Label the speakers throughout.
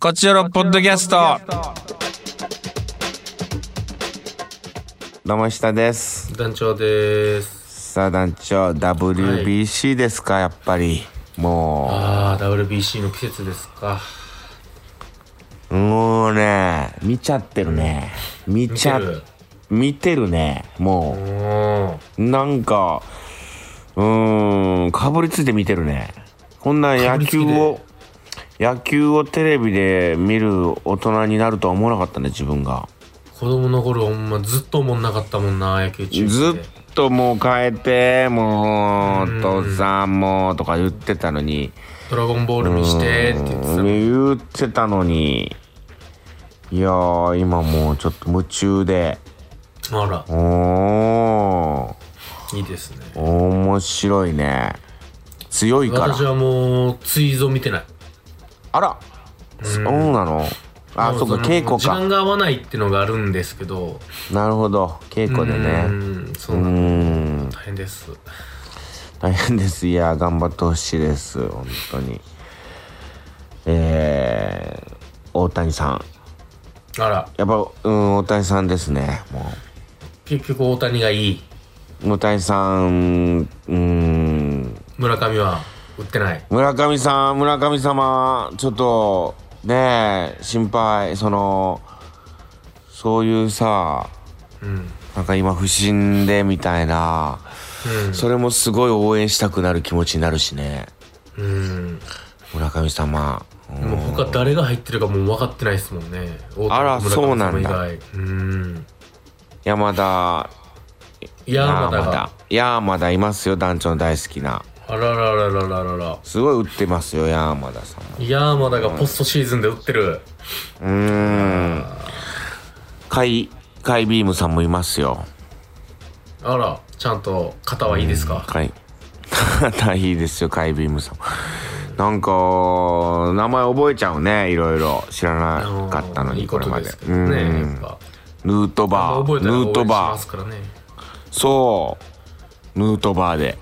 Speaker 1: こちらのポッドキャスト
Speaker 2: どうも下です
Speaker 3: 団長です
Speaker 2: さあ団長 WBC ですか、やっぱりも
Speaker 3: ああ WBC の季節ですか
Speaker 2: うもうね見ちゃってるね見ちゃ
Speaker 3: 見てる
Speaker 2: 見てるねも
Speaker 3: うんは
Speaker 2: うなんかうーんかぶりついて見てるねこんな野球を野球をテレビで見る大人になるとは思わなかったね自分が
Speaker 3: 子供の頃ほんまずっと思んなかったもんな野球中継
Speaker 2: ずっともう変えてもうお父さんもうとか言ってたのに
Speaker 3: ドラゴンボール見してって言ってたのに
Speaker 2: 言ってたのにいやー今もうちょっと夢中で
Speaker 3: あ
Speaker 2: おー
Speaker 3: らいいですね
Speaker 2: 面白いね強いから
Speaker 3: 私はもう追蔵見てない
Speaker 2: あらそうなのあ
Speaker 3: も
Speaker 2: そっか
Speaker 3: の
Speaker 2: 稽古
Speaker 3: 時
Speaker 2: か
Speaker 3: 間が合わないってのがあるんですけど
Speaker 2: なるほど稽古で
Speaker 3: う
Speaker 2: ね
Speaker 3: んそう
Speaker 2: う
Speaker 3: なの
Speaker 2: ん
Speaker 3: 大変です
Speaker 2: 大変ですいや頑張ってほしいです本当にえー、大谷さん
Speaker 3: あら
Speaker 2: やっぱうん大谷さんですねもう
Speaker 3: 結局大谷がいい
Speaker 2: 大谷さん、うーん、
Speaker 3: 村上は打ってない
Speaker 2: 村上さん、村上様、ちょっと、ねえ、心配、その、そういうさ、
Speaker 3: うん
Speaker 2: なんか今不審でみたいな、それもすごい応援したくなる気持ちになるしね、
Speaker 3: うん
Speaker 2: 村上様。うん
Speaker 3: もう他誰が入ってるかもう分かってないですもんね大谷
Speaker 2: あら
Speaker 3: 村上
Speaker 2: そうなんだ
Speaker 3: 以外うん
Speaker 2: 山田、
Speaker 3: 山田
Speaker 2: 山
Speaker 3: が
Speaker 2: 田、山田いますよ、団長の大好きな。
Speaker 3: あららららららら
Speaker 2: すごい打ってますよ、山田さんも。
Speaker 3: 山田がポストシーズンで打ってる
Speaker 2: うーん。カイ、カイビームさんもいますよ。
Speaker 3: あらちゃんと肩はいいですか
Speaker 2: はい。 大変ですよ、カイビームさん。なんか、名前覚えちゃうね、いろいろ。知らなかったの
Speaker 3: い
Speaker 2: に、
Speaker 3: い
Speaker 2: こ
Speaker 3: こ
Speaker 2: れ
Speaker 3: と
Speaker 2: ま
Speaker 3: で
Speaker 2: で。
Speaker 3: すけ
Speaker 2: う
Speaker 3: どねやっ
Speaker 2: ん。
Speaker 3: ぱ
Speaker 2: ヌートバ
Speaker 3: 覚
Speaker 2: ー
Speaker 3: え、た
Speaker 2: ヌ
Speaker 3: ら応
Speaker 2: ー
Speaker 3: 援
Speaker 2: ト
Speaker 3: し
Speaker 2: バ
Speaker 3: ます
Speaker 2: ー。
Speaker 3: からね
Speaker 2: そう。ヌートバー で。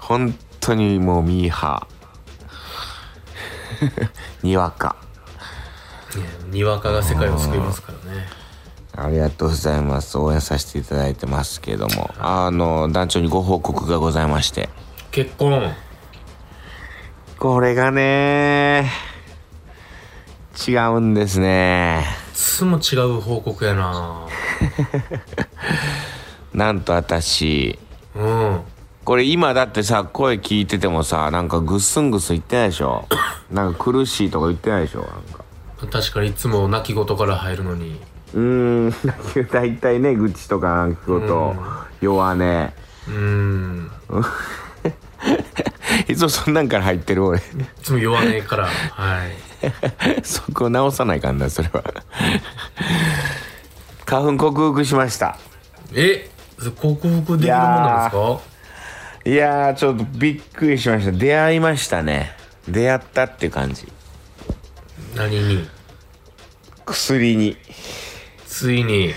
Speaker 2: 本当にもうミーハー。 にわか。
Speaker 3: ねにわかが世界を救いますからね
Speaker 2: ありがとうございます。応援させていただいてますけども。あの、団長にご報告がございまして。
Speaker 3: 結婚
Speaker 2: これがね違うんですね
Speaker 3: いつも違う報告やな
Speaker 2: なんと私
Speaker 3: うん
Speaker 2: これ今だってさ声聞いててもさなんかぐっすんぐっすん言ってないでしょなんか苦しいとか言ってないでしょなんか
Speaker 3: 確かにいつも泣き言から入るのに
Speaker 2: うーん大体ね愚痴とかなんかこと弱音
Speaker 3: うん
Speaker 2: いつもそんなんから入ってる俺
Speaker 3: いつも弱音からはい
Speaker 2: そこ直さないかんなそれは花粉克服しました
Speaker 3: え克服できるもんなんですか
Speaker 2: いやーちょっとびっくりしました出会いましたね出会ったっていう感じ
Speaker 3: 何に
Speaker 2: 薬に
Speaker 3: ついに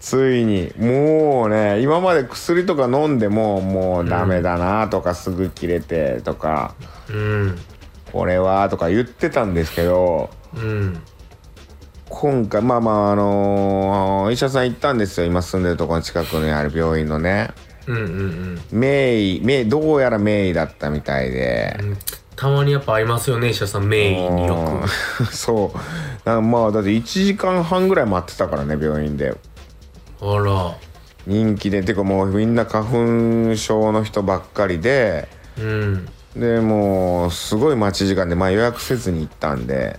Speaker 2: ついにもうね今まで薬とか飲んでももうダメだなとかすぐ切れてとか、
Speaker 3: うん
Speaker 2: これはとか言ってたんですけど
Speaker 3: うん
Speaker 2: 今回まあまああのーお医者さん行ったんですよ今住んでるところの近くにある病院のね
Speaker 3: うんうん
Speaker 2: 名医名どうやら名医だったみたいで、
Speaker 3: うんたまにやっぱ合いますよね医者さん名医によ
Speaker 2: うん そうなんかまあだって1時間半ぐらい待ってたからね病院で
Speaker 3: くあら
Speaker 2: 人気でてかもうみんな花粉症の人ばっかりで
Speaker 3: うん
Speaker 2: でもうすごい待ち時間で、まあ、予約せずに行ったんで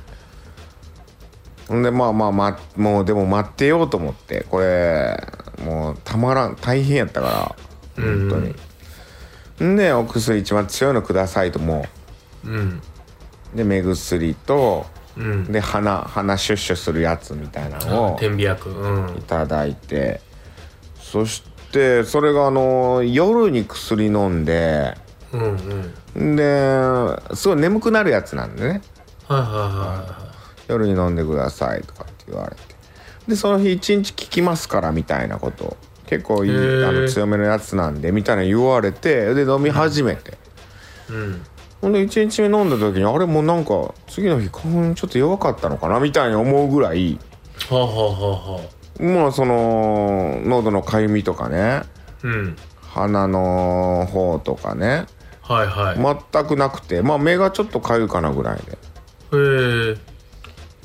Speaker 2: ほんでまあまあ、ま、もうでも待ってようと思ってこれもうたまらん大変やったから本当に、んでお薬一番強いのくださいとも
Speaker 3: うん
Speaker 2: うで目薬と
Speaker 3: うん
Speaker 2: で鼻鼻シュッシュするやつみたいなの
Speaker 3: あ
Speaker 2: を
Speaker 3: 天秤薬うん
Speaker 2: いただいてそしてそれがあの夜に薬飲んで
Speaker 3: うんうん
Speaker 2: ですごい眠くなるやつなんでね
Speaker 3: はいはいは
Speaker 2: 夜に飲んでくださいとかって言われてでその日一日効きますからみたいなこと結構いい
Speaker 3: へー
Speaker 2: あの強めのやつなんでみたいな言われてで飲み始めて、
Speaker 3: いはいうん
Speaker 2: ほんで1日目飲んだ時にあれもうなんか次の日花粉ちょっと弱かったのかなみたいに思うぐらい
Speaker 3: はあはあはあはあ
Speaker 2: まあその喉のかゆみとかね
Speaker 3: うん
Speaker 2: 鼻の方とかね
Speaker 3: はいはい、
Speaker 2: 全くなくてまあ目がちょっとかゆいかなぐらいで
Speaker 3: へえ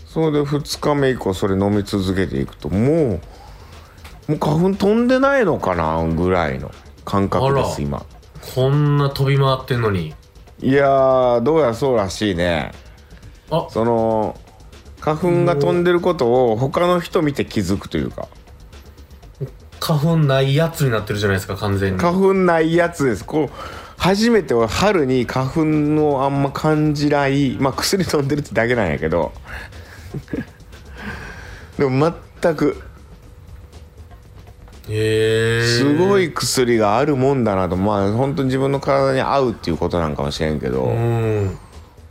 Speaker 2: それで2日目以降それ飲み続けていくともうもう花粉飛んでないのかなぐらいの感覚で
Speaker 3: あ
Speaker 2: す
Speaker 3: ら
Speaker 2: 今
Speaker 3: こんな飛び回ってんのに
Speaker 2: いやーどうやらそうらしいね
Speaker 3: あ
Speaker 2: その花粉が飛んでることを他の人見て気づくというか
Speaker 3: 花粉ないやつになってるじゃないですか完全に
Speaker 2: 花粉ないやつですこう初めて俺春に花粉をあんま感じないまあ薬飲んでるってだけなんやけど でも全く
Speaker 3: へえ
Speaker 2: すごい薬があるもんだなとまあ本当に自分の体に合うっていうことなんかもしれんけ
Speaker 3: う
Speaker 2: ど、
Speaker 3: ん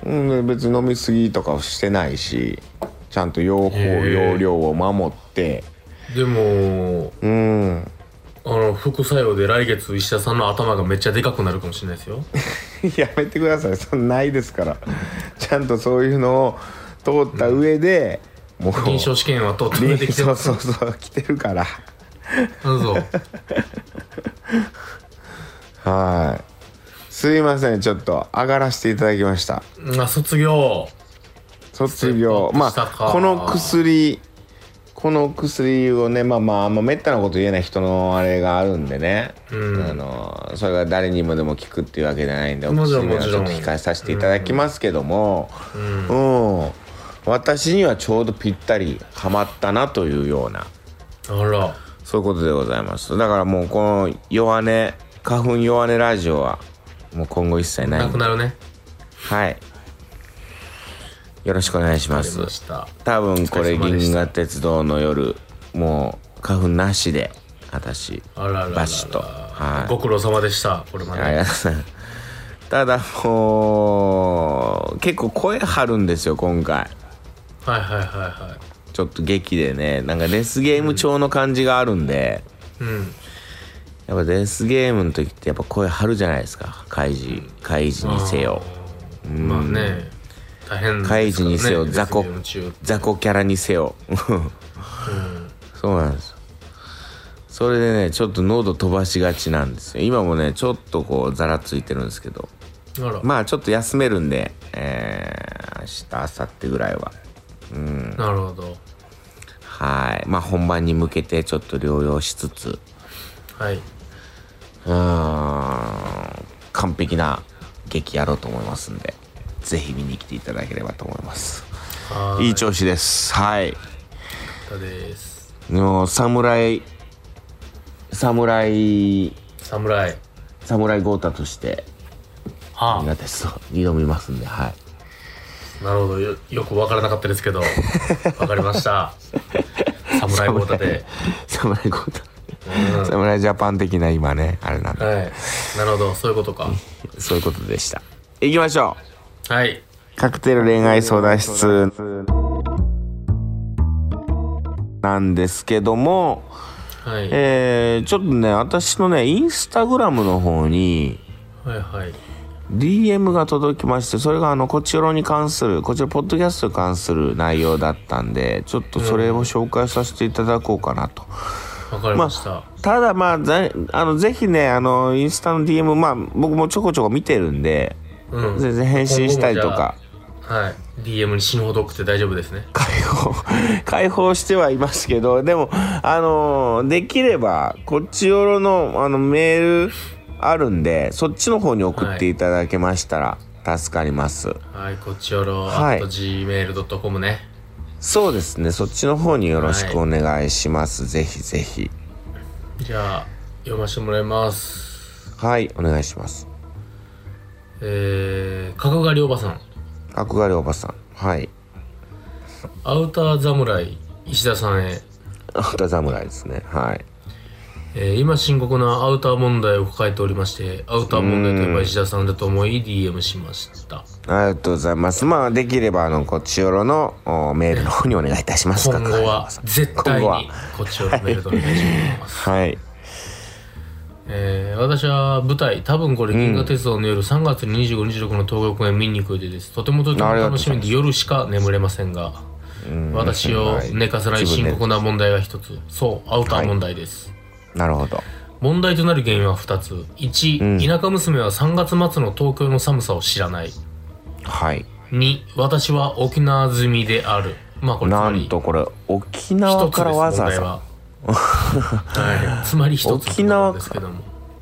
Speaker 2: うん、別に飲み過ぎとかをしてないしちゃんと用法
Speaker 3: へー
Speaker 2: 用量を守って
Speaker 3: でも
Speaker 2: うん
Speaker 3: あの副作用で来月石田さんの頭がめっちゃでかくなるかもしれないですよ
Speaker 2: やめてくださいそんなないですからちゃんとそういうのを通った上で、もう
Speaker 3: 臨床試験はとって出てきて
Speaker 2: そう
Speaker 3: ます
Speaker 2: そうそう来てるから
Speaker 3: なんぞ
Speaker 2: はいすいませんちょっと上がらせていただきました
Speaker 3: あ卒業
Speaker 2: 卒業ま
Speaker 3: ステップアップした
Speaker 2: あ
Speaker 3: か
Speaker 2: この薬この薬をねまあまああんまめったなこと言えない人のあれがあるんでね、
Speaker 3: うん
Speaker 2: あのそれが誰にもでも効くっていうわけじゃないんでお
Speaker 3: もちろん
Speaker 2: 薬はちょっと
Speaker 3: もちろん
Speaker 2: 控えさせていただきますけども
Speaker 3: うん
Speaker 2: うん、私にはちょうどぴったりはまったなというような
Speaker 3: あら
Speaker 2: そういうことでございますだからもうこの弱音花粉弱音ラジオはもう今後一切ない
Speaker 3: なんく
Speaker 2: で
Speaker 3: なるね
Speaker 2: はいよろしくお願いしま
Speaker 3: あり
Speaker 2: す
Speaker 3: ました
Speaker 2: 多分これ
Speaker 3: お疲れ様で
Speaker 2: 銀
Speaker 3: した
Speaker 2: 河鉄道の夜もう花粉なしで私
Speaker 3: あらららら
Speaker 2: バシッとはい
Speaker 3: ご苦労様でしたこれま
Speaker 2: あ
Speaker 3: で、
Speaker 2: りがとうございますただもう結構声張るんですよ今回
Speaker 3: はいはいはいは
Speaker 2: ちょっと劇でねなんかデスゲーム調の感じがあるんで、
Speaker 3: いうん
Speaker 2: やっぱデスゲームの時ってやっぱ声張るじゃないですか開示開示にせよ
Speaker 3: まあね大変ですから
Speaker 2: 開示にせよ
Speaker 3: ね
Speaker 2: 雑魚
Speaker 3: レスリング中
Speaker 2: 雑魚キャラにせよそうなんですよそれでねちょっと喉飛ばしがちなんですよ今もねちょっとこうざらついてるんですけど
Speaker 3: あら、
Speaker 2: まあちょっと休めるんでえー、明日明後日ぐらいは
Speaker 3: なるほど
Speaker 2: はいまあ本番に向けてちょっと療養しつつ
Speaker 3: はい。
Speaker 2: うーん完璧な劇やろうと思いますんでぜひ見に来ていただければと思います
Speaker 3: あ
Speaker 2: いい調子ですはい
Speaker 3: ったです。
Speaker 2: の侍侍
Speaker 3: 侍。は
Speaker 2: 侍豪太として
Speaker 3: あ
Speaker 2: みん、なです挑みますんではい
Speaker 3: なるほど。よよくわからなかったです けど、わかりました。侍豪太で。
Speaker 2: 侍豪太
Speaker 3: うん
Speaker 2: 侍ジャパン的な今ねあれなんで
Speaker 3: はい。なるほど。そういうことか。
Speaker 2: そういうことでしたいきましょ
Speaker 3: はい。
Speaker 2: うカクテル恋愛相談室なんですけども
Speaker 3: はい。はい
Speaker 2: えー、ちょっとね私のねインスタグラムの方に
Speaker 3: はい。
Speaker 2: DM が届きましてそれがあのこちらに関するこちらポッドキャストに関する内容だったんでちょっとそれを紹介させていただこうかなと、
Speaker 3: わかりました。
Speaker 2: ただまあぜあのぜひねあのインスタの DM まあ僕もちょこちょこ見てるんで、
Speaker 3: うん
Speaker 2: 全然返信したりとか
Speaker 3: はい。DM に死ぬほど送って大丈夫ですね。
Speaker 2: 解放 解放してはいますけどでもあのできればこっちよろのあのメールあるんでそっちの方に送っていただけましたら助かります、
Speaker 3: はい。こっちよろ、
Speaker 2: はい
Speaker 3: gmail.com ね。
Speaker 2: そうですねそっちの方によろしくお願いします、ぜひぜひ
Speaker 3: じゃあ、読ませてもらいます。
Speaker 2: はいお願いします
Speaker 3: えー、角刈りおばさん。
Speaker 2: 憧れおばさんはい
Speaker 3: アウター侍、石田さんへ。
Speaker 2: 青田侍ですねはい
Speaker 3: えー今深刻なアウター問題を抱えておりましてアウター問題といえば石田さんだと思い DM しました
Speaker 2: ありがとうございますまあできればあのこっちよろのおメールの方にお願いいたします
Speaker 3: 今後
Speaker 2: 憧れお
Speaker 3: は
Speaker 2: ばさん
Speaker 3: 絶対
Speaker 2: 今後
Speaker 3: にこっちをメールでお願いします、
Speaker 2: はい
Speaker 3: えー私は舞台、多分これ、銀河鉄道の夜、3月25、26の東京公演見に行く予定です。とてもとても楽しみで、夜しか眠れませんが、私を寝かせない深刻な問題が一つ、そう、アウター問題です。
Speaker 2: なるほど
Speaker 3: 問題となる原因は2つ1、田舎娘は3月末の東京の寒さを知らない
Speaker 2: はい
Speaker 3: 2私は沖縄済みであるまあこれつ
Speaker 2: な
Speaker 3: ま
Speaker 2: ん
Speaker 3: り
Speaker 2: とこれ沖縄からわざわ ざ
Speaker 3: ざ、はい、つまり一つっ
Speaker 2: 沖
Speaker 3: てことな
Speaker 2: 縄
Speaker 3: んですけども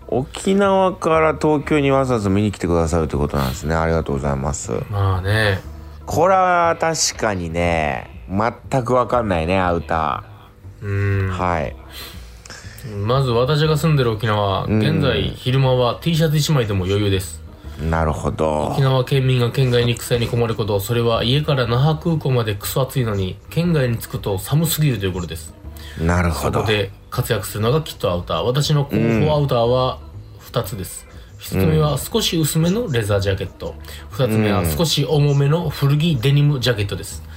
Speaker 2: 沖縄から東京にわざわざ見に来てくださるということなんですねありがとうございます
Speaker 3: まあね
Speaker 2: これは確かにね全くわかんないねアウタ
Speaker 3: う
Speaker 2: ー
Speaker 3: ー
Speaker 2: はい
Speaker 3: んまず私が住んでる沖縄現在昼間は T シャツ1枚でも余裕です
Speaker 2: なるほど
Speaker 3: 沖縄県民が県外に行く際に困ることそれは家から那覇空港までクソ暑いのに県外に着くと寒すぎるということです
Speaker 2: なるほ
Speaker 3: ここ
Speaker 2: ど
Speaker 3: で活躍するのがきっとアウター私の候補アウターは2つです、一1つ目は少し薄めのレザージャケット2つ目は少し重めの古着デニムジャケットです、
Speaker 2: うん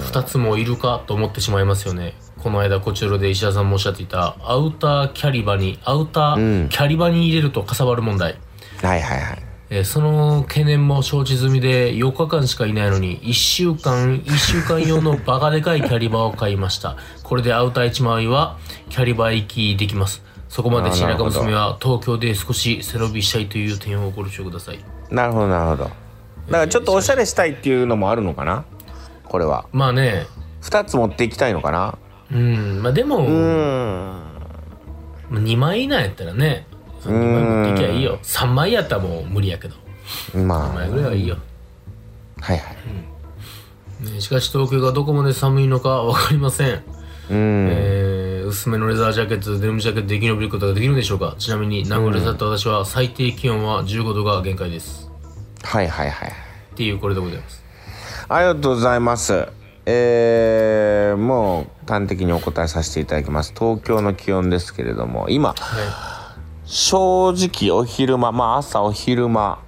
Speaker 3: 2つもいるかと思ってしまいますよねこの間こちらで石田さんもおっしゃっていたアウターキャリバにアウターキャリバに入れるとかさばる問題、
Speaker 2: はいはいはい
Speaker 3: えーその懸念も承知済みで4日間しかいないのに1週間1週間用のバカでかいキャリバーを買いましたこれでアウター1枚はキャリバー行きできますそこまで白
Speaker 2: あーなる
Speaker 3: 中
Speaker 2: ほど
Speaker 3: 娘は東京で少し背伸びしたいという点をご了承ください
Speaker 2: なるほどなるほどだからちょっとおしゃれしたいっていうのもあるのかなこれは
Speaker 3: まあね
Speaker 2: 2つ持っていきたいのかな
Speaker 3: うんまあでも
Speaker 2: うん
Speaker 3: まあ2枚以内やったらね2枚持っていきゃいいよ3枚やったらもう無理やけど
Speaker 2: まあ
Speaker 3: 3枚ぐ
Speaker 2: は
Speaker 3: らいはいいよ
Speaker 2: いはい
Speaker 3: ねしかし東京がどこまで寒いのか分かりません
Speaker 2: うん
Speaker 3: えー薄めのレザージャケット、デニムジャケットで生き延びることができるんでしょうかちなみに、名古屋で去った私は最低気温は15度が限界です。
Speaker 2: はいはいはい
Speaker 3: っていうこれでございます。
Speaker 2: ありがとうございますえー、もう端的にお答えさせていただきます東京の気温ですけれども今
Speaker 3: は
Speaker 2: 正直お昼間まあ朝お昼間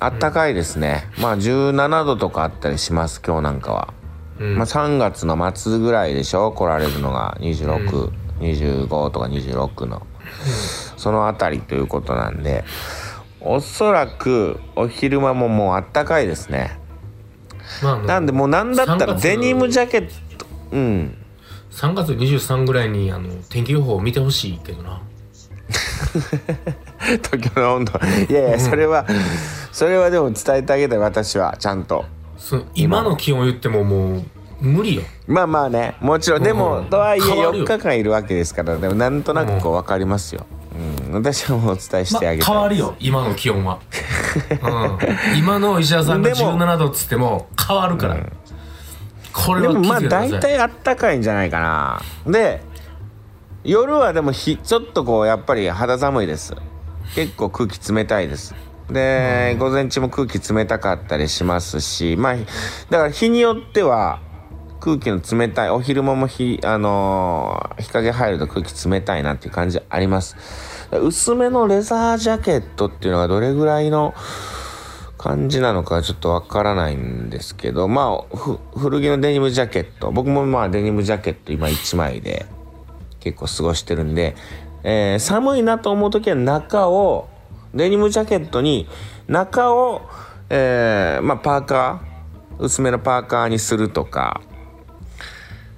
Speaker 2: あったかいですね、まあ17度とかあったりします今日なんかは、
Speaker 3: うん
Speaker 2: まあ3月の末ぐらいでしょ来られるのが2625とか26の、そのあたりということなんでおそらくお昼間ももうあったかいですね
Speaker 3: い。まあ、
Speaker 2: なんでもうなんだったら
Speaker 3: 3月
Speaker 2: デニムジャケットうん
Speaker 3: 3月23ぐらいにあの天気予報を見てほしいけどな。
Speaker 2: 東京の温度いやいやそれはそれはでも伝えてあげたい私はちゃんと
Speaker 3: その今の気温言ってももう無理よ。
Speaker 2: まあまあねもちろんでも、
Speaker 3: うん
Speaker 2: とはいえ
Speaker 3: 変わるよ
Speaker 2: 4日間いるわけですからでもなんとなくこう分かりますよ、うん、私はもうお伝えし
Speaker 3: まあ、
Speaker 2: てあ
Speaker 3: 変
Speaker 2: げたい、
Speaker 3: わるよ、今の気温 は。うん、今の石田さんが
Speaker 2: でも
Speaker 3: 17度っつっても変わるから。これ
Speaker 2: で
Speaker 3: は
Speaker 2: も
Speaker 3: 気
Speaker 2: まあ
Speaker 3: づいてくだ
Speaker 2: 大
Speaker 3: さい。
Speaker 2: 体あったかいんじゃないかなで夜はでもひちょっとこうやっぱり肌寒いです結構空気冷たいですで、午前中も空気冷たかったりしますしまあだから日によっては空気の冷たいお昼間も日,、あのー日陰入ると空気冷たいなっていう感じありますだから薄めのレザージャケットっていうのがどれぐらいの感じなのかちょっとわからないんですけどまあふ古着のデニムジャケット僕もまあデニムジャケット今1枚で結構過ごしてるんで、えー寒いなと思う時は中をデニムジャケットに中を、えーまあ、パーカー薄めのパーカーにするとか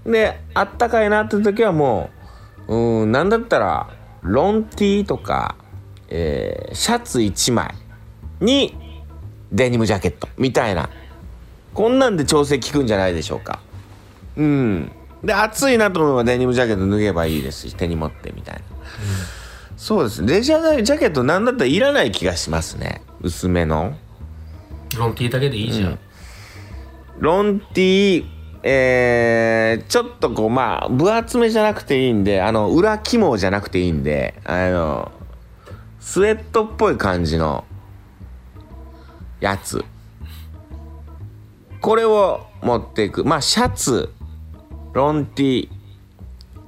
Speaker 2: であったかいなって時はもううーんなんだったらロン T とか、えーシャツ1枚にデニムジャケットみたいなこんなんで調整効くんじゃないでしょうかうんで暑いなと思えばデニムジャケット脱げばいいですし手に持ってみたいな、そうですねレジャージャケットなんだったらいらない気がしますね薄めの
Speaker 3: ロンティーだけでいいじゃん。
Speaker 2: ロンティーえーちょっとこうまあ分厚めじゃなくていいんであの裏肝じゃなくていいんであのスウェットっぽい感じのやつこれを持っていくまあシャツロンティ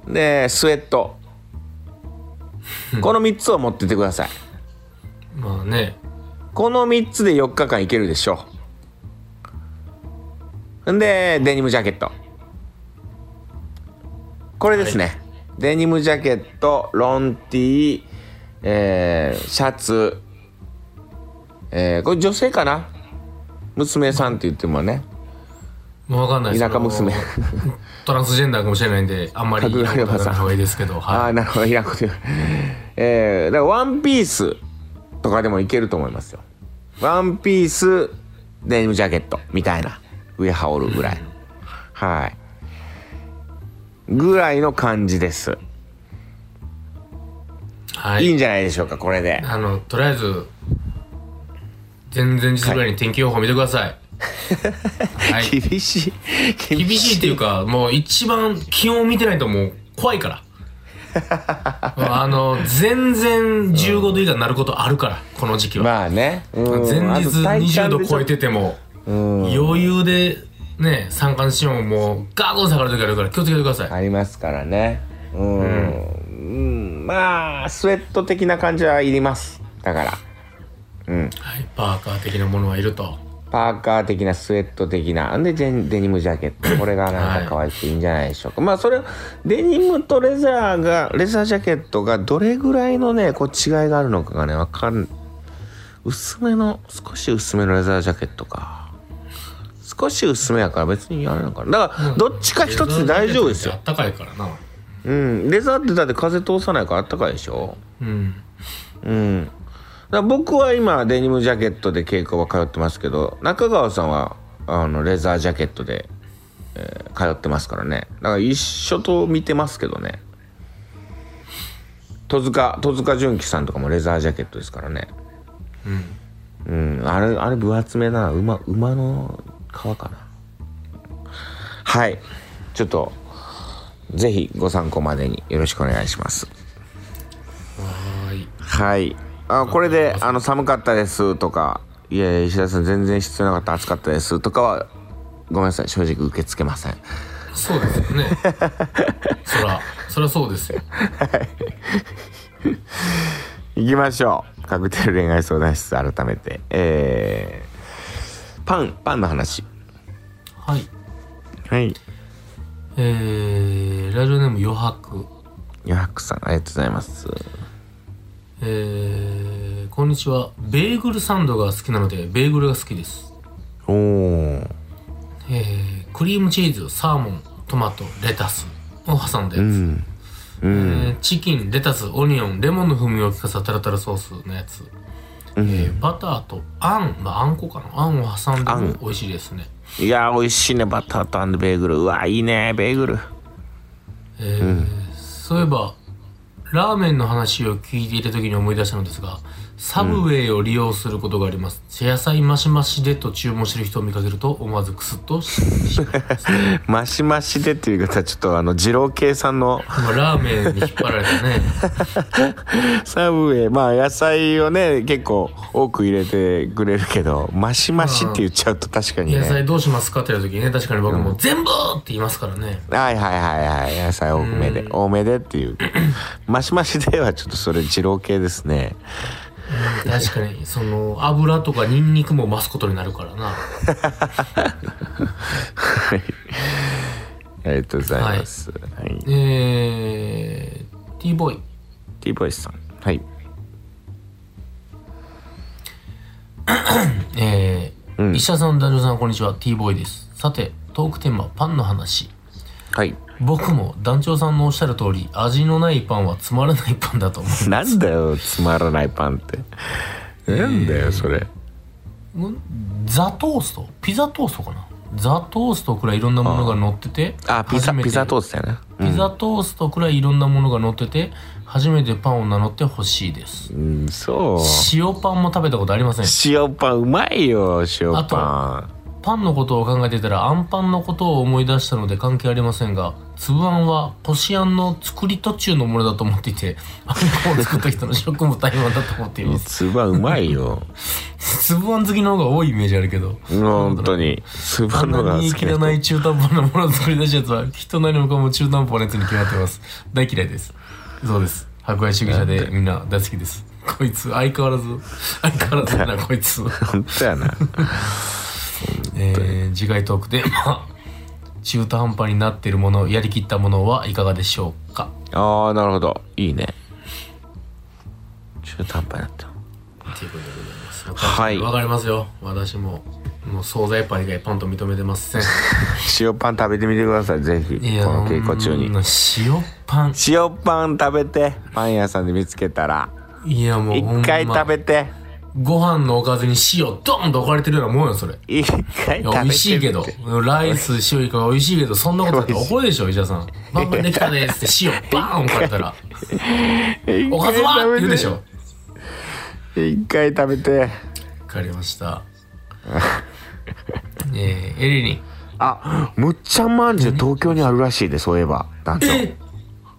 Speaker 2: ーでスウェットこの3つを持ってってください
Speaker 3: まあね。
Speaker 2: この3つで4日間いけるでしょう。んで、デニムジャケット。これですね。デニムジャケットロンティー、えーシャツ、えーこれ女性かな娘さんって言ってもね
Speaker 3: もうわかんないです
Speaker 2: 田舎娘
Speaker 3: あの トランスジェンダーかもしれないんで、あんまり言い方がない方がいいですけど、
Speaker 2: あ
Speaker 3: は
Speaker 2: あ
Speaker 3: い。
Speaker 2: なるほどいらんこと言うえー、だからワンピースとかでもいけると思いますよワンピースデニムジャケットみたいな上羽織るぐらいはいぐらいの感じです、、
Speaker 3: はい
Speaker 2: いん
Speaker 3: い。
Speaker 2: じゃないでしょうかこれで
Speaker 3: あの、とりあえず、前々日ぐらいに天気予報見てくださ い。はい。
Speaker 2: 厳しい厳
Speaker 3: 厳しいっていうか、もう一番気温見てないともう怖い から。あの、全然15度以下になることあるから、この時期は。
Speaker 2: まあね、うん
Speaker 3: 前
Speaker 2: あ
Speaker 3: 日
Speaker 2: と体
Speaker 3: 20
Speaker 2: 感で
Speaker 3: 度
Speaker 2: ちょ
Speaker 3: 超えてても余裕でね三寒四温もうガーゴン下がる時あるから気をつけてください
Speaker 2: ありますからねうん、うんまあスウェット的な感じはいりますだから
Speaker 3: はいパーカー的なものはいると
Speaker 2: パーカー的なスウェット的なんでジェデニムジャケットこれがなんか可愛くていいんじゃないでしょうか、まあそれデニムとレザーがレザージャケットがどれぐらいのねこう違いがあるのかがねわかん薄めの少し薄めのレザージャケットか少し薄めやから別にあれなのかなだからどっちか一つで大丈夫ですよ
Speaker 3: あったかいからな
Speaker 2: うん、レザーってだって風通さないからあったかいでしょ
Speaker 3: うん
Speaker 2: うんだから僕は今デニムジャケットで稽古は通ってますけど中川さんはあのレザージャケットで、えー通ってますからねだから一緒と見てますけどね戸塚戸塚純喜さんとかもレザージャケットですからねうん、あれあれ分厚めな馬馬の皮かなはいちょっとぜひご参考までによろしくお願いします
Speaker 3: はーい
Speaker 2: はい。あこれであの寒かったですとか、いやいや石田さん全然必要なかった暑かったですとかはごめんなさい正直受け付けません。
Speaker 3: そうですよね そらそらそうですよ
Speaker 2: 行きましょう。カクテル恋愛相談室改めて、えー、パンパンの話。
Speaker 3: はい
Speaker 2: はい。
Speaker 3: えー、ラジオネーム余白
Speaker 2: 余白さんありがとうございます。
Speaker 3: えー、こんにちはベーグルサンドが好きなのでベーグルが好きです
Speaker 2: おー
Speaker 3: えークリームチーズサーモントマトレタスを挟んだやつ、
Speaker 2: ん
Speaker 3: えーチキンレタスオニオンレモンの風味を効かせたタルタルソースのやつ、えーバターとあん、まあ、あんこかなあんを挟んでも美味しいですね、
Speaker 2: いやー美味しいねバターとアンドベーグル。うわいいねベーグル。
Speaker 3: えーそういえばラーメンの話を聞いていた時に思い出したのですがサブウェイを利用することがあります、野菜マシマシでと注文してる人を見かけると思わずクスッとししまいますね
Speaker 2: マシマシでっていう言い方はちょっとあの二郎系さんの
Speaker 3: まあラーメンに引っ張られたね
Speaker 2: サブウェイまあ野菜をね結構多く入れてくれるけどマシマシって言っちゃうと確かにね
Speaker 3: 野
Speaker 2: はい
Speaker 3: 菜どうしますかって言った時にね確かに僕も「全部!」って言いますからね
Speaker 2: はいはいはい野菜多めで多めでって いうマシマシではちょっとそれ二郎系ですね
Speaker 3: 確かにその油とかニンニクも増すことになるからな
Speaker 2: ありがとうございますはい
Speaker 3: えー、T ボーイ
Speaker 2: T ボイスさんはい
Speaker 3: えー石田さん男女さんこんにちは T ボーイですさてトークテーマパンの話
Speaker 2: はい
Speaker 3: 僕も団長さんのおっしゃる通り味のないパンはつまらないパンだと思う
Speaker 2: なんだよつまらないパンってなんだよそれ
Speaker 3: ザトーストピザトーストかなザトーストくらいいろんなものが乗ってて
Speaker 2: あピザ
Speaker 3: 初めて
Speaker 2: ピザトーストやな
Speaker 3: ピザトーストくらいいろんなものが乗ってて初めてパンを名乗ってほしいです
Speaker 2: うんそう
Speaker 3: 塩パンも食べたことありません
Speaker 2: 塩パンうまいよ塩パ
Speaker 3: パンのことを考えていたらあんパンのことを思い出したので関係ありませんが粒あんはこしあんの作り途中のものだと思ってい てあんこを作った人の職務怠慢だと思っていま
Speaker 2: ン
Speaker 3: す
Speaker 2: つばうまいよ
Speaker 3: 粒あん好きの方が多いイメージあるけど
Speaker 2: 本当にスバ
Speaker 3: あん
Speaker 2: の
Speaker 3: な
Speaker 2: が
Speaker 3: に
Speaker 2: 好
Speaker 3: 人
Speaker 2: き
Speaker 3: 気
Speaker 2: な
Speaker 3: が
Speaker 2: 人
Speaker 3: ない中途半端なものを作り出したやつは人なりもかも中途半端なやつに決まってます大嫌いですそうです博愛主義者でみんな大好きですこいつ相変わらず相変わらずだなこいつ
Speaker 2: 本当やな
Speaker 3: えー、次回トークで、まあ、中途半端になっているものやりきったものはいかがでしょうか
Speaker 2: ああなるほどいいね中途半端になった
Speaker 3: っていうことでございます。
Speaker 2: はい
Speaker 3: わかりますよ。私も、もう惣菜パン以外パンと認めて ません。
Speaker 2: 塩パン食べてみてくださいぜひこの稽古中
Speaker 3: ほ
Speaker 2: に
Speaker 3: んま塩パン。
Speaker 2: 塩パン食べてパン屋さんで見つけたら
Speaker 3: いやもう、ほ
Speaker 2: 一
Speaker 3: んま
Speaker 2: 回食べて
Speaker 3: ご飯のおかずに塩ドンと置かれてるようなもんよ、それ。い
Speaker 2: 一回食べてみ
Speaker 3: や
Speaker 2: て
Speaker 3: 美味しいけど、ライス、塩イカが美味しいけど、そんなことだって怒るでしょ、医者さん。バンバンできたねっつって塩バーン置かれた ら、おかずはって言うでしょ。
Speaker 2: 一回食べて
Speaker 3: わかりました。えー、エ リに、
Speaker 2: あむっちゃんまんじゅう東京にあるらしいでそういえば団長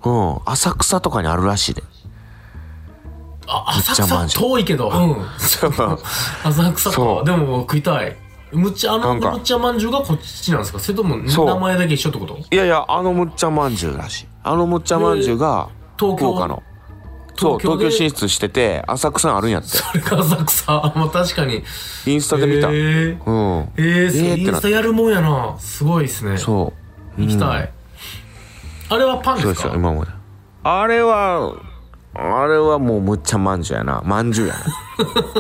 Speaker 2: うん浅草とかにあるらしいで
Speaker 3: あ、
Speaker 2: ちゃ
Speaker 3: 浅
Speaker 2: ま
Speaker 3: 草
Speaker 2: んじゅう
Speaker 3: 遠いけど、うん。浅草
Speaker 2: そ
Speaker 3: か
Speaker 2: う
Speaker 3: でも食いたいむっちゃあ
Speaker 2: な
Speaker 3: の
Speaker 2: んか
Speaker 3: むっちゃまんじゅうがこっちなんですかそれとも
Speaker 2: そう
Speaker 3: 名前だけ一緒ってこと
Speaker 2: いやいやあのむっちゃまんじゅうらしいあのむっちゃまんじゅうが
Speaker 3: 東京
Speaker 2: 福岡のそう東
Speaker 3: 東京で
Speaker 2: 京進出してて浅草にあるんやって
Speaker 3: それが浅草まあ確かに
Speaker 2: インスタで見た、う
Speaker 3: えー
Speaker 2: ん
Speaker 3: えーそう
Speaker 2: えーって
Speaker 3: イ
Speaker 2: な
Speaker 3: ンスタやるもんやなすごいですね
Speaker 2: そう
Speaker 3: 行きたい、あれはパンで
Speaker 2: そうで
Speaker 3: す
Speaker 2: すよ
Speaker 3: か
Speaker 2: 今もあれはあれはもうむっちゃまんじゅうやなまんじゅうや な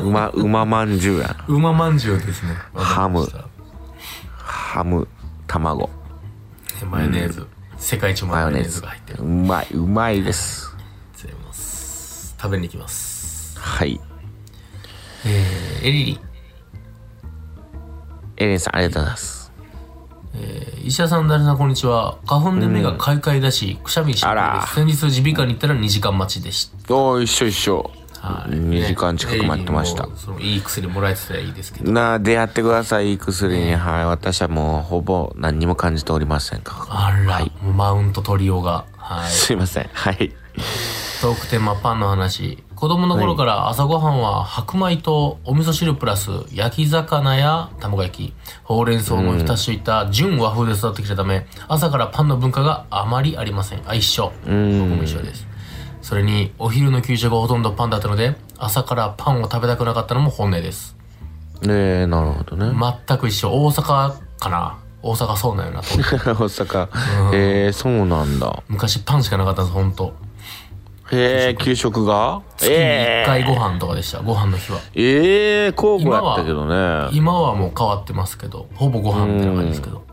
Speaker 2: うまうままんじゅうやな
Speaker 3: うままんじゅうですね
Speaker 2: ハム
Speaker 3: わかりまし
Speaker 2: ハム卵
Speaker 3: たマヨネーズ、世界一マヨネーズが入ってる
Speaker 2: うまいうまいです
Speaker 3: ございます食べに行きます
Speaker 2: はい
Speaker 3: えーエリリ
Speaker 2: エレンさんありがとうございます
Speaker 3: 医者さん、誰さん、こんにちは。花粉で目がかゆかゆだし、くしゃみし
Speaker 2: あら
Speaker 3: です。先日、耳鼻科に行ったら2時間待ちでし
Speaker 2: おー一緒一緒
Speaker 3: た。はい。
Speaker 2: 2時間近く待ってました
Speaker 3: ねえーもうそのいい薬もらえてたらいいですけど。
Speaker 2: なあ出会ってくださいいい薬にはい私はもうほぼ何にも感じておりませんか
Speaker 3: あら、もうマウント取りようが。はい。
Speaker 2: すいませんはい
Speaker 3: トークテーマパンの話。子供の頃から朝ごはんは白米とお味噌汁プラス焼き魚や卵焼き、ほうれん草の浸しといった純和風で育ってきたため、朝からパンの文化があまりありません。あ、一緒。僕も一緒です。それに、お昼の給食がほとんどパンだったので、朝からパンを食べたくなかったのも本音です。
Speaker 2: ねえなるほどね
Speaker 3: 全く一緒。大阪かな大阪そうなんやなと思って。
Speaker 2: 大阪えー、そうなんだ
Speaker 3: 昔パンしかなかったんです、ほんと。
Speaker 2: へえ給食が
Speaker 3: 月に1回ご飯とかでした、ご飯の日は。
Speaker 2: ええ交互やったけどね
Speaker 3: 今はもう変わってますけどほぼご飯みたいな感じですけど、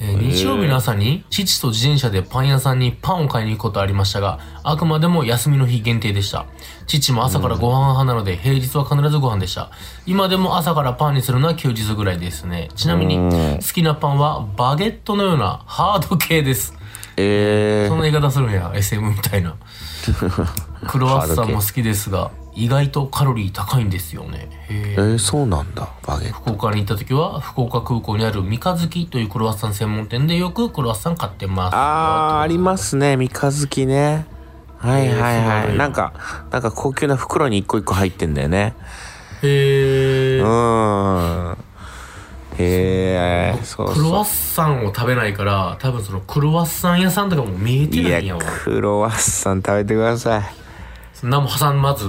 Speaker 3: えー日曜日の朝に父と自転車でパン屋さんにパンを買いに行くことありましたがあくまでも休みの日限定でした父も朝からご飯派なので平日は必ずご飯でした今でも朝からパンにするのは休日ぐらいですねちなみに好きなパンはバゲットのようなハード系です
Speaker 2: え
Speaker 3: そんな言い方するんや SM みた いなクロワッサンも好きですが意外とカロリー高いんですよねへー
Speaker 2: ええー、そうなんだバゲット
Speaker 3: 福岡に行った時は福岡空港にある三日月というクロワッサン専門店でよくクロワッサン買ってます
Speaker 2: あーありますね三日月ねはいはい
Speaker 3: えーそうな
Speaker 2: は
Speaker 3: の
Speaker 2: い
Speaker 3: よ
Speaker 2: なんかなんか高級な袋に一個一個入ってんだよね
Speaker 3: へえ
Speaker 2: うーんへえそう
Speaker 3: クロ
Speaker 2: そ
Speaker 3: ワ
Speaker 2: う
Speaker 3: ッサンを食べないから多分そのクロワッサン屋さんとかも見えて
Speaker 2: い
Speaker 3: ないんや
Speaker 2: や
Speaker 3: わ
Speaker 2: クロワッサン食べてください
Speaker 3: 何も挟まず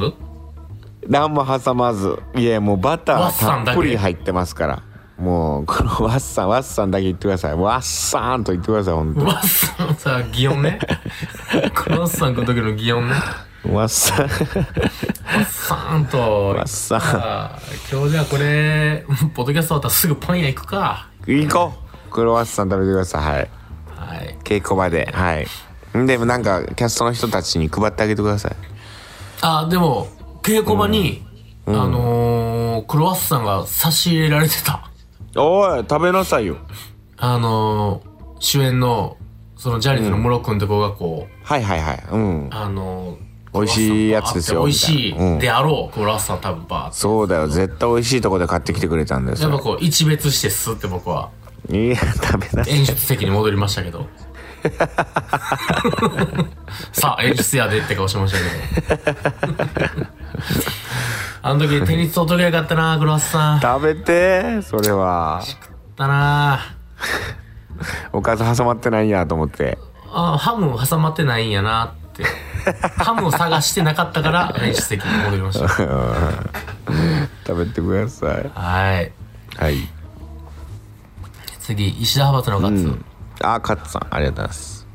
Speaker 2: 何も挟まずいやもうバタ
Speaker 3: ワッ
Speaker 2: ー
Speaker 3: サ
Speaker 2: た
Speaker 3: ン
Speaker 2: っ
Speaker 3: だけ
Speaker 2: ぷり入ってますからもうこのワッサンワッサンだけ言ってくださいワッサンと言ってください本当に
Speaker 3: ワッサンさ擬音 ねクロワッサン食う時の擬音ね
Speaker 2: ワッサン
Speaker 3: ワッサンと
Speaker 2: ワッサン
Speaker 3: あー今日じゃあこれポッドキャスト終わったらすぐパン屋行くか
Speaker 2: 行こうクロワッサン食べてくださいはい
Speaker 3: はい
Speaker 2: 稽古場ではいでもなんかキャストの人たちに配ってあげてください
Speaker 3: あでも稽古場に、あのークロワッサンが差し入れられてた
Speaker 2: おい食べなさいよ
Speaker 3: あのー主演のそのジャニーズのムロ君って子がこう、
Speaker 2: はいはいはいうん
Speaker 3: あのー
Speaker 2: 美味しいやつですよ
Speaker 3: クロワッサンとかあって美味
Speaker 2: みたいな
Speaker 3: し
Speaker 2: うん
Speaker 3: いであろうクロワッサン多分バーって
Speaker 2: そうだよ絶対美味しいとこで買ってきてくれたんです
Speaker 3: やっぱ
Speaker 2: よ
Speaker 3: こう一別してすって僕はい
Speaker 2: や食べなさい
Speaker 3: 演出席に戻りましたけど さあ演出やでって顔してましたけど あの時テニス取っときゃよかったなクロワッサンだ
Speaker 2: 食べてそれは
Speaker 3: ったな
Speaker 2: おかず挟まってないんやと思って
Speaker 3: あハム挟まってないんやなってハムを探してなかったから練習席に戻りました
Speaker 2: 食べてください
Speaker 3: はい
Speaker 2: はい
Speaker 3: 次石田派閥のガッツ、
Speaker 2: あカッツさんありがとうございます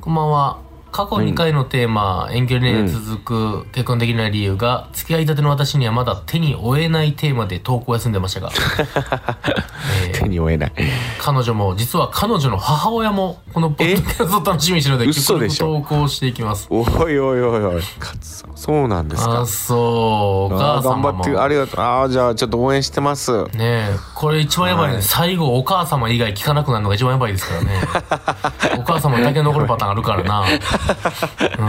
Speaker 3: こんばんは。過去2回のテーマ、遠距離恋愛続く、結婚できない理由が付き合いたての私にはまだ手に負えないテーマで投稿を休んでまし たが、えー
Speaker 2: 手に負えない
Speaker 3: 彼女も実は彼女の母親もこのポッドキャストを楽しみにしてるので
Speaker 2: 嘘でしょ
Speaker 3: 投稿していきます。
Speaker 2: おいおいおいおい勝さんそうなんです
Speaker 3: あ
Speaker 2: か
Speaker 3: そう
Speaker 2: あ
Speaker 3: が
Speaker 2: ー頑張ってありがとうああじゃあちょっと応援してます
Speaker 3: ねえこれ一番やばいね、最後お母様以外聞かなくなるのが一番やばいですからね お母様だけ残るパターンあるからな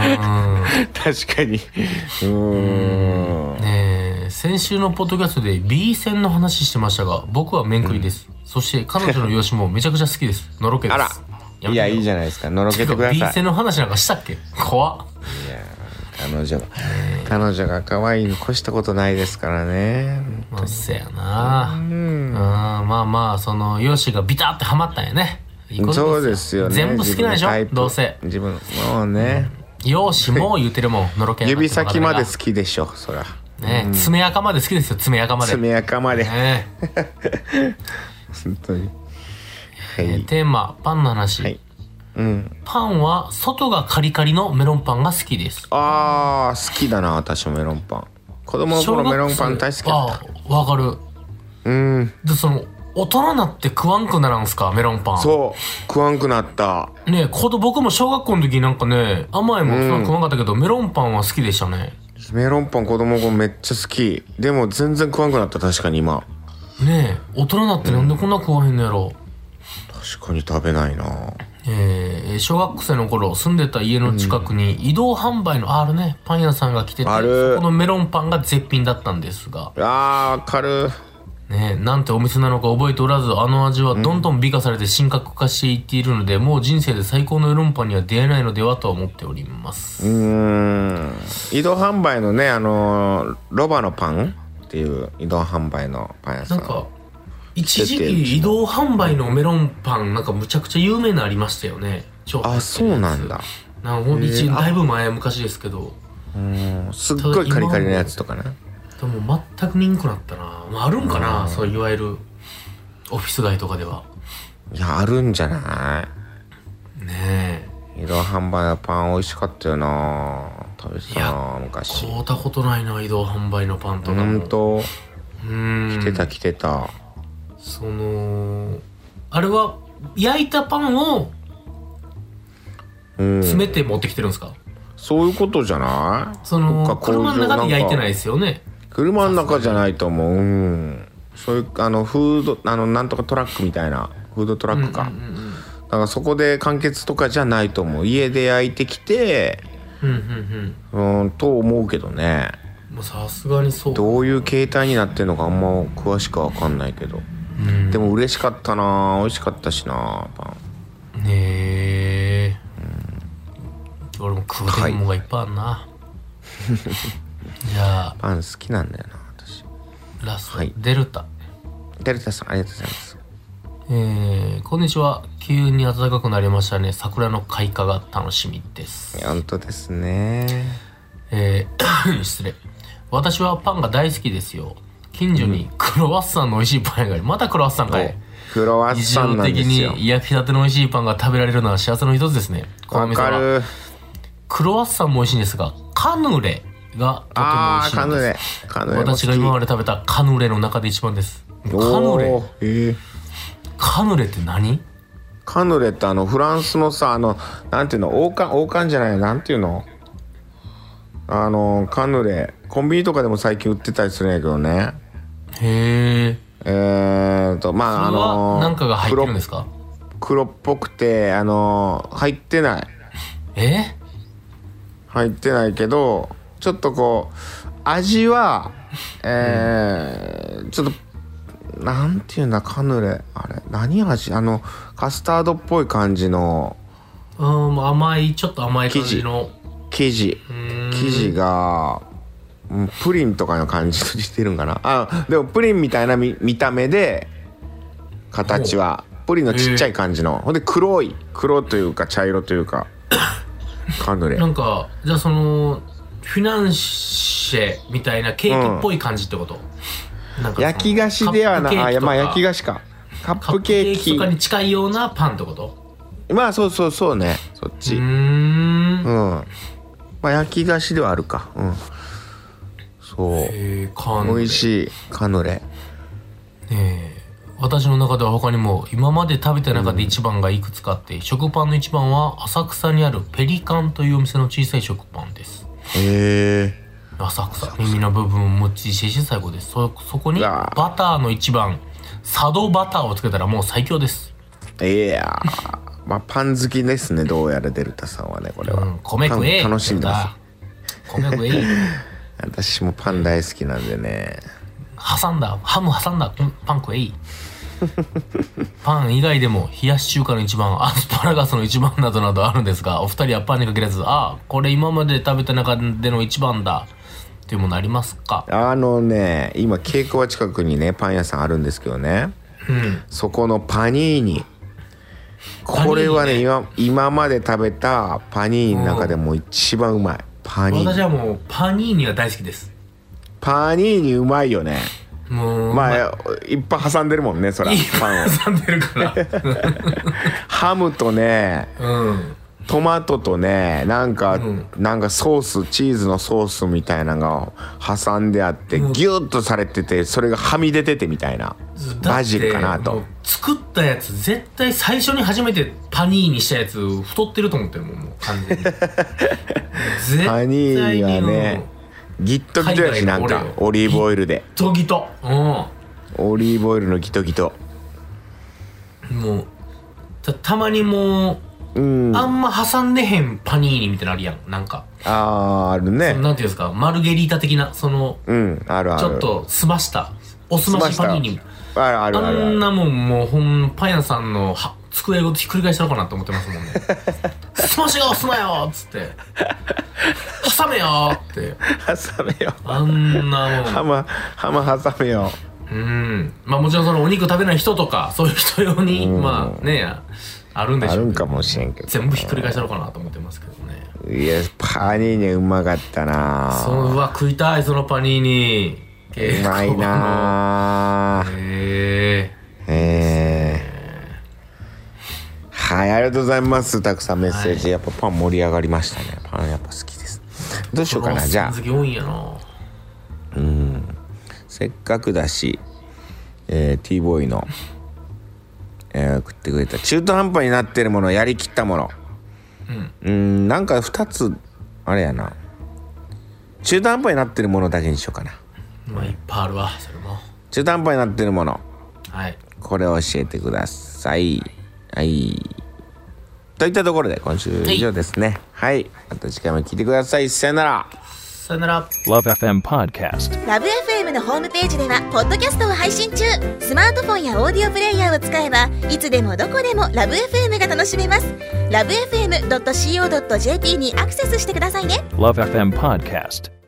Speaker 2: 確かにうーん
Speaker 3: ねえ先週のポッドキャストで B 線の話してましたが僕は面食いです、そして彼女の容姿もめちゃくちゃ好きですのろけです
Speaker 2: あら
Speaker 3: やめてよ
Speaker 2: いやいいじゃないですかのろけてくだ
Speaker 3: てか B
Speaker 2: さい
Speaker 3: 線の話なんかしたっけ怖っ
Speaker 2: 彼女が彼女が可愛いに越したことないですからね
Speaker 3: まあせやなうんまあまあその容姿がビタッてはまったんやねいいこと
Speaker 2: そうですよね
Speaker 3: 全部好きなんで
Speaker 2: 自
Speaker 3: し
Speaker 2: 分のタイ
Speaker 3: ょ
Speaker 2: プ
Speaker 3: どうせ
Speaker 2: 自分もうね
Speaker 3: 容姿も言うてるもんのろけ
Speaker 2: 指先まで
Speaker 3: 好
Speaker 2: 好きでしょそら
Speaker 3: きねえ爪垢まで好きですよ爪垢まで
Speaker 2: 爪垢まで
Speaker 3: ねえ
Speaker 2: 本当には
Speaker 3: え
Speaker 2: い
Speaker 3: ーテーマパンの話、
Speaker 2: はいうん
Speaker 3: パンは外がカリカリのメロンパンが好きです
Speaker 2: あー好きだな私もメロンパン子供の頃メロンパン大好きだった
Speaker 3: あわかる
Speaker 2: うん
Speaker 3: でその大人になって食わんくならんすかメロンパン
Speaker 2: そう食わんくなった
Speaker 3: ねえ子供僕も小学校の時なんかね甘いもんそんな食わんかったけど、メロンパンは好きでしたね
Speaker 2: メロンパン子供の頃めっちゃ好きでも全然食わんくなった確かに今
Speaker 3: ねえ大人になってなんでこんな食わへんのやろ、
Speaker 2: 確かに食べないな
Speaker 3: えー小学生の頃住んでた家の近くに移動販売のあるねパン屋さんが来てて
Speaker 2: ある
Speaker 3: そこのメロンパンが絶品だったんですが
Speaker 2: あーわかる
Speaker 3: ねえなんてお店なのか覚えておらずあの味はどんどん美化されて神格化していっているので、もう人生で最高のメロンパンには出会えないのではとは思っております、
Speaker 2: うーん移動販売のねあのーロバのパンっていう移動販売のパン屋さ
Speaker 3: なんんか一時
Speaker 2: 出てる
Speaker 3: 期移動販売のメロンパンなんかむちゃくちゃ有名なのありましたよね超
Speaker 2: あそうなんだ
Speaker 3: なんかほんと一だいぶ前昔ですけど
Speaker 2: うんすっごいカリカリのやつとかね
Speaker 3: でも全く見んくなったな、まあ、あるんかなそういわゆるオフィス街とかではい
Speaker 2: やあるんじゃない
Speaker 3: ねえ
Speaker 2: 移動販売のパン美味しかったよな食べてたな昔
Speaker 3: 買うたことないな移動販売のパンとかも
Speaker 2: ほんと
Speaker 3: うん
Speaker 2: 来てた来てた
Speaker 3: そのあれは焼いたパンを
Speaker 2: うん
Speaker 3: 詰めて持ってきてるんですか、
Speaker 2: そういうことじゃない
Speaker 3: そ
Speaker 2: ど
Speaker 3: の
Speaker 2: っか工場
Speaker 3: 車の中で焼いてない
Speaker 2: んか
Speaker 3: ですよね
Speaker 2: 車の中じゃないと思ううんそういうあのフードあのなんとかトラックみたいなフードトラックか、だからそこで完結とかじゃないと思う家で焼いてきて
Speaker 3: うんうんうん
Speaker 2: うんと思うけどね
Speaker 3: まあさすがにそう
Speaker 2: どういう形態になってんのかあんま詳しくは分かんないけど
Speaker 3: うん
Speaker 2: でも嬉しかったな美味しかったしなパン
Speaker 3: ねえ、俺も食うてるもんがいっぱいあんな、 じゃあ
Speaker 2: パン好きなんだよな私
Speaker 3: ラスト、
Speaker 2: はい
Speaker 3: デルタ
Speaker 2: デルタさんありがとうございます
Speaker 3: えー、こんにちは急に暖かくなりましたね桜の開花が楽しみです
Speaker 2: いや本当ですね
Speaker 3: えー 失礼私はパンが大好きですよ近所にクロワッサンの美味しいパン屋がありまたクロワッサンかい
Speaker 2: クロワッ
Speaker 3: 日
Speaker 2: サン
Speaker 3: 常
Speaker 2: なん
Speaker 3: 的
Speaker 2: ですよ
Speaker 3: に焼きたての美味しいパンが食べられるのは幸せの一つですねこの
Speaker 2: わ
Speaker 3: 店
Speaker 2: か
Speaker 3: は
Speaker 2: る
Speaker 3: クロワッサンも美味しいんですがカヌレがとても美
Speaker 2: ああ
Speaker 3: 味しい
Speaker 2: カ
Speaker 3: ん
Speaker 2: ヌ
Speaker 3: で
Speaker 2: レ
Speaker 3: す
Speaker 2: カヌレも好き
Speaker 3: 私が今まで食べたカヌレの中で一番ですカヌ
Speaker 2: お
Speaker 3: レ
Speaker 2: ーえー
Speaker 3: カヌレって何
Speaker 2: カヌレってあのフランスのさあのなんていうの王冠王冠じゃないなんていうのあのカヌレコンビニとかでも最近売ってたりするんやけどね
Speaker 3: へえ
Speaker 2: えー、とまああ
Speaker 3: それは
Speaker 2: の
Speaker 3: 何かが入ってるんですか
Speaker 2: 黒黒っぽくてあの入ってない
Speaker 3: え
Speaker 2: 入ってないけどちょっとこう味はえーちょっとなんていうんだカヌレあれ何味あのカスタードっぽい感じの
Speaker 3: うん甘いちょっと甘い感じの
Speaker 2: 生地
Speaker 3: 生
Speaker 2: 生地がうんプリンとかの感じとしてるんかなあでもプリンみたいな見見た目で形はプリンのちっちゃい感じの、ほんで黒い黒というか茶色というかカヌレ
Speaker 3: なんかじゃあそのフィナンシェみたいなケーキっぽい感じってこと、なんかその
Speaker 2: 焼き菓子ではな
Speaker 3: カップケー
Speaker 2: いあ
Speaker 3: キと
Speaker 2: ま
Speaker 3: か
Speaker 2: あ焼き菓子かカッ
Speaker 3: カッ
Speaker 2: プ
Speaker 3: プケ
Speaker 2: ケー
Speaker 3: ーキ
Speaker 2: キ
Speaker 3: とかに近いようなパンってこと
Speaker 2: まあそうそうそうねそっち
Speaker 3: うー
Speaker 2: うん
Speaker 3: ん
Speaker 2: まあ焼き菓子ではあるかうんそう
Speaker 3: えー、カヌレ
Speaker 2: 美味しいカヌレ
Speaker 3: えー私の中では他にも今まで食べた中で一番がいくつかあって、食パンの一番は浅草にあるペリカンというお店の小さい食パンです
Speaker 2: へ
Speaker 3: 浅草耳の部分をもっちりしてして最高ですそそこに
Speaker 2: うわ
Speaker 3: バターの一番佐渡バターをつけたらもう最強です、
Speaker 2: えいやーまあパン好きですねどうやらデルタさんはねこれ
Speaker 3: う
Speaker 2: は、
Speaker 3: ん、米食え
Speaker 2: パン楽しんでます
Speaker 3: 米食え
Speaker 2: 私もパン大好きなんでね
Speaker 3: 挟んだハム挟んだうんパン食え パン以外でも冷やし中華の一番アスパラガスの一番などなどあるんですがお二人はパンにかけらずあこれ今まで食べた中での一番だというものありますか
Speaker 2: あのね今稽古場近くにねパン屋さんあるんですけどね、そこのパニーニ
Speaker 3: ニーニね
Speaker 2: これはね今今まで食べたパニーニの中でも一番うまいパニー
Speaker 3: 私
Speaker 2: ニ
Speaker 3: はもうパニーニが大好きです
Speaker 2: パニーニうまいよね
Speaker 3: もう
Speaker 2: まあいっぱい挟んでるもんねそらパンを
Speaker 3: 挟んでる から
Speaker 2: ハムとね
Speaker 3: うん
Speaker 2: トマトとねなんか、なんかソースチーズのソースみたいなのが挟んであって、ギュッとされててそれがはみ出ててみたいなバジルかな
Speaker 3: だって
Speaker 2: と
Speaker 3: もう作ったやつ絶対最初に初めてパニーにしたやつ太ってると思ってるもんもう完 全に
Speaker 2: パ
Speaker 3: 絶対
Speaker 2: ニ
Speaker 3: に
Speaker 2: ーニはねギットギトやしなん
Speaker 3: 海外
Speaker 2: か
Speaker 3: の俺よ
Speaker 2: オリーブオイルで
Speaker 3: トギトうん
Speaker 2: オリーブオイルのギトギト
Speaker 3: もうたたまにもう、あんま挟んでへんパニーニみたいなのあるやんなんか
Speaker 2: あーあるね
Speaker 3: なんていうんですかマルゲリータ的なその
Speaker 2: うんあるある
Speaker 3: ちょっとすましたおすましパニーニみたいな
Speaker 2: あるあるある
Speaker 3: あ
Speaker 2: あ
Speaker 3: ん
Speaker 2: る
Speaker 3: なもんもうほんパン屋さんのは机ごとひっくり返したのかなと思ってますもん ね「スマッシュが押すなよ!」っつって「挟めよ!」って
Speaker 2: 挟めよ
Speaker 3: あんなも
Speaker 2: ハ
Speaker 3: ん
Speaker 2: マハマ挟めよ
Speaker 3: うんまあもちろんそのお肉食べない人とかそういう人用にまあねあるんで
Speaker 2: あ
Speaker 3: しょ
Speaker 2: る
Speaker 3: うんけど
Speaker 2: かもしれんけど
Speaker 3: 全部ひっくり返したのかなと思ってますけどね
Speaker 2: いやパニーニうまかった
Speaker 3: そ
Speaker 2: な
Speaker 3: のうわ食いたいそのパニーニ
Speaker 2: う
Speaker 3: う
Speaker 2: まいなー
Speaker 3: へ
Speaker 2: えーはい、ありがとうございます。たくさんメッセージ、やっぱパン盛り上がりましたね。パンやっぱ好きです。どうし
Speaker 3: え
Speaker 2: ようかな、じゃ
Speaker 3: 好き多いんやな
Speaker 2: あ、せっかくだし。えー、T ボーイの。えー、送ってくれた中途半端になってるもの、やりきったもの。うん、ん、なんか二つ、あれやな。中途半端になってるものだけにしようかな。
Speaker 3: まあいっぱいあるわそれも
Speaker 2: 中途半端になってるもの。
Speaker 3: はい
Speaker 2: これを教えてください。はい。といったところで今週以上ですね。はい。また次回も聞いてください。さよなら。
Speaker 3: さよなら
Speaker 1: Love FM Podcast.
Speaker 4: ラブ f m のホームページではポッドキャストを配信中スマートフォンやオーディオプレイヤーを使えばいつでもどこでもラブ f m が楽しめますラブ FM.co.jp にアクセスしてくださいね
Speaker 1: Love FM Podcast.